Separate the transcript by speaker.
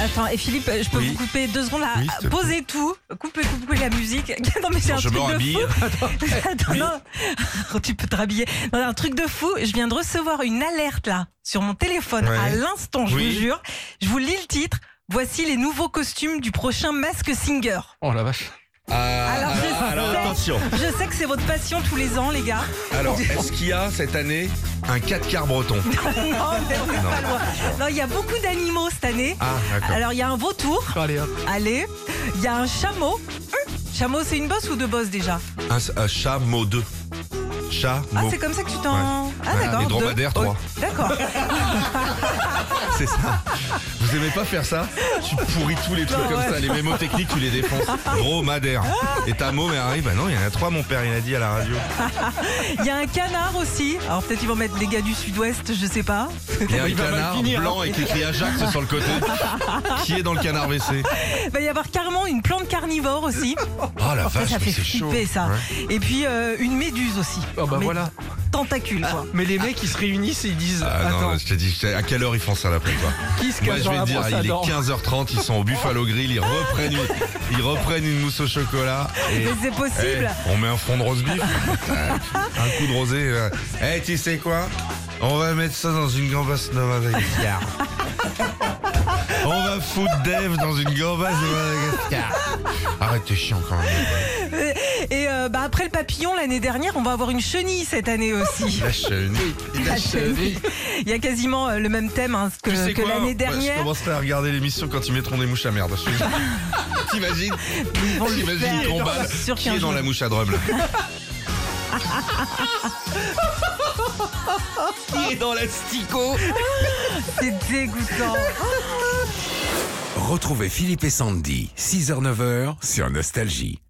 Speaker 1: Attends, et Philippe, je peux
Speaker 2: Oui.
Speaker 1: vous couper deux secondes là.
Speaker 2: Oui, s'il te
Speaker 1: Posez tout, coupez, coupez la musique. non mais c'est un
Speaker 2: je
Speaker 1: truc
Speaker 2: me
Speaker 1: de
Speaker 2: rhabille.
Speaker 1: fou. Attends, non. tu peux te rhabiller. Non, un truc de fou. Je viens de recevoir une alerte là sur mon téléphone
Speaker 2: Ouais.
Speaker 1: à l'instant, je
Speaker 2: Oui.
Speaker 1: vous jure. Je vous lis le titre. Voici les nouveaux costumes du prochain Masque Singer.
Speaker 3: Oh la vache.
Speaker 2: Ah,
Speaker 1: Alors, je sais-
Speaker 4: alors attention.
Speaker 1: Je sais que c'est votre passion tous les ans, les gars.
Speaker 4: Alors, est-ce qu'il y a cette année
Speaker 2: Un 4 quarts breton.
Speaker 1: Non, mais on est pas loin. Non, il y a beaucoup d'animaux cette année.
Speaker 2: Ah, d'accord.
Speaker 1: Alors, il y a un vautour.
Speaker 3: Allez hop.
Speaker 1: Allez, il y a un chameau. Hum, Chameau, c'est une bosse ou deux bosses déjà
Speaker 2: Un, un chat mot 2. Chat
Speaker 1: Ah,
Speaker 2: mot.
Speaker 1: c'est comme ça que tu t'en. Ah,
Speaker 2: Voilà,
Speaker 1: d'accord.
Speaker 2: les
Speaker 1: deux.
Speaker 2: dromadaires, trois.
Speaker 1: Oh, D'accord.
Speaker 2: C'est ça. Vous aimez pas faire ça Tu pourris tous les trucs
Speaker 1: Non,
Speaker 2: comme
Speaker 1: ouais.
Speaker 2: ça. Les mémos techniques, tu les défonces. Dromadaire. Et ta mot, mais arrive. Bah non, il y en a trois, mon père, il a dit à la radio.
Speaker 1: Il y a un canard aussi. Alors, peut-être ils vont mettre les gars du sud-ouest, je sais pas.
Speaker 2: Il y a un
Speaker 3: Il va mal
Speaker 2: canard
Speaker 3: finir, hein.
Speaker 2: blanc avec écrit Ajax sur le côté. Qui est dans le canard WC
Speaker 1: Il va y avoir carrément une plante carnivore aussi.
Speaker 2: Oh la
Speaker 1: Ça,
Speaker 2: vache,
Speaker 1: ça
Speaker 2: mais
Speaker 1: fait
Speaker 2: c'est chaud.
Speaker 1: flipper ça.
Speaker 2: Ouais. Ah,
Speaker 1: Et puis, euh, une méduse aussi.
Speaker 3: Oh bah
Speaker 1: Mais
Speaker 3: voilà.
Speaker 1: Tentacule, quoi.
Speaker 3: Mais les mecs ils se réunissent et ils disent
Speaker 2: Ah non,
Speaker 3: Attends,
Speaker 2: je te dis, je sais- à quelle heure ils font ça l'après quoi
Speaker 3: qui se
Speaker 2: Moi je
Speaker 3: cache dans
Speaker 2: vais
Speaker 3: la
Speaker 2: te dire,
Speaker 3: brosse à
Speaker 2: il est
Speaker 3: dents
Speaker 2: 15h30, ils sont au Buffalo Grill, ils reprennent une, ils reprennent une mousse au chocolat. Et,
Speaker 1: Mais c'est possible.
Speaker 2: Eh, on met un fond de rose beef, un coup de rosé. euh. Eh tu sais quoi On va mettre ça dans une gambasse de Madagascar. On va foutre Dave dans une gambasse de Madagascar. Arrête, t'es chiant quand même. Eh.
Speaker 1: Et euh, bah, après le papillon, l'année dernière, on va avoir une chenille cette année aussi.
Speaker 2: La chenille.
Speaker 1: La chenille. Il y a quasiment euh, le même thème hein, que,
Speaker 2: Tu sais
Speaker 1: que
Speaker 2: quoi
Speaker 1: l'année
Speaker 2: Bah, Je
Speaker 1: dernière.
Speaker 2: commencerai à regarder l'émission quand ils mettront des mouches à merde. Je- T'imagines T'imagines
Speaker 1: faire.
Speaker 2: le combat
Speaker 1: Je suis sûre
Speaker 2: Qui
Speaker 1: qu'un
Speaker 2: est dans
Speaker 1: jour.
Speaker 2: la mouche à drum là Qui est dans la stico
Speaker 1: C'est dégoûtant.
Speaker 5: Retrouvez Philippe et Sandy, 6h-9h sur Nostalgie.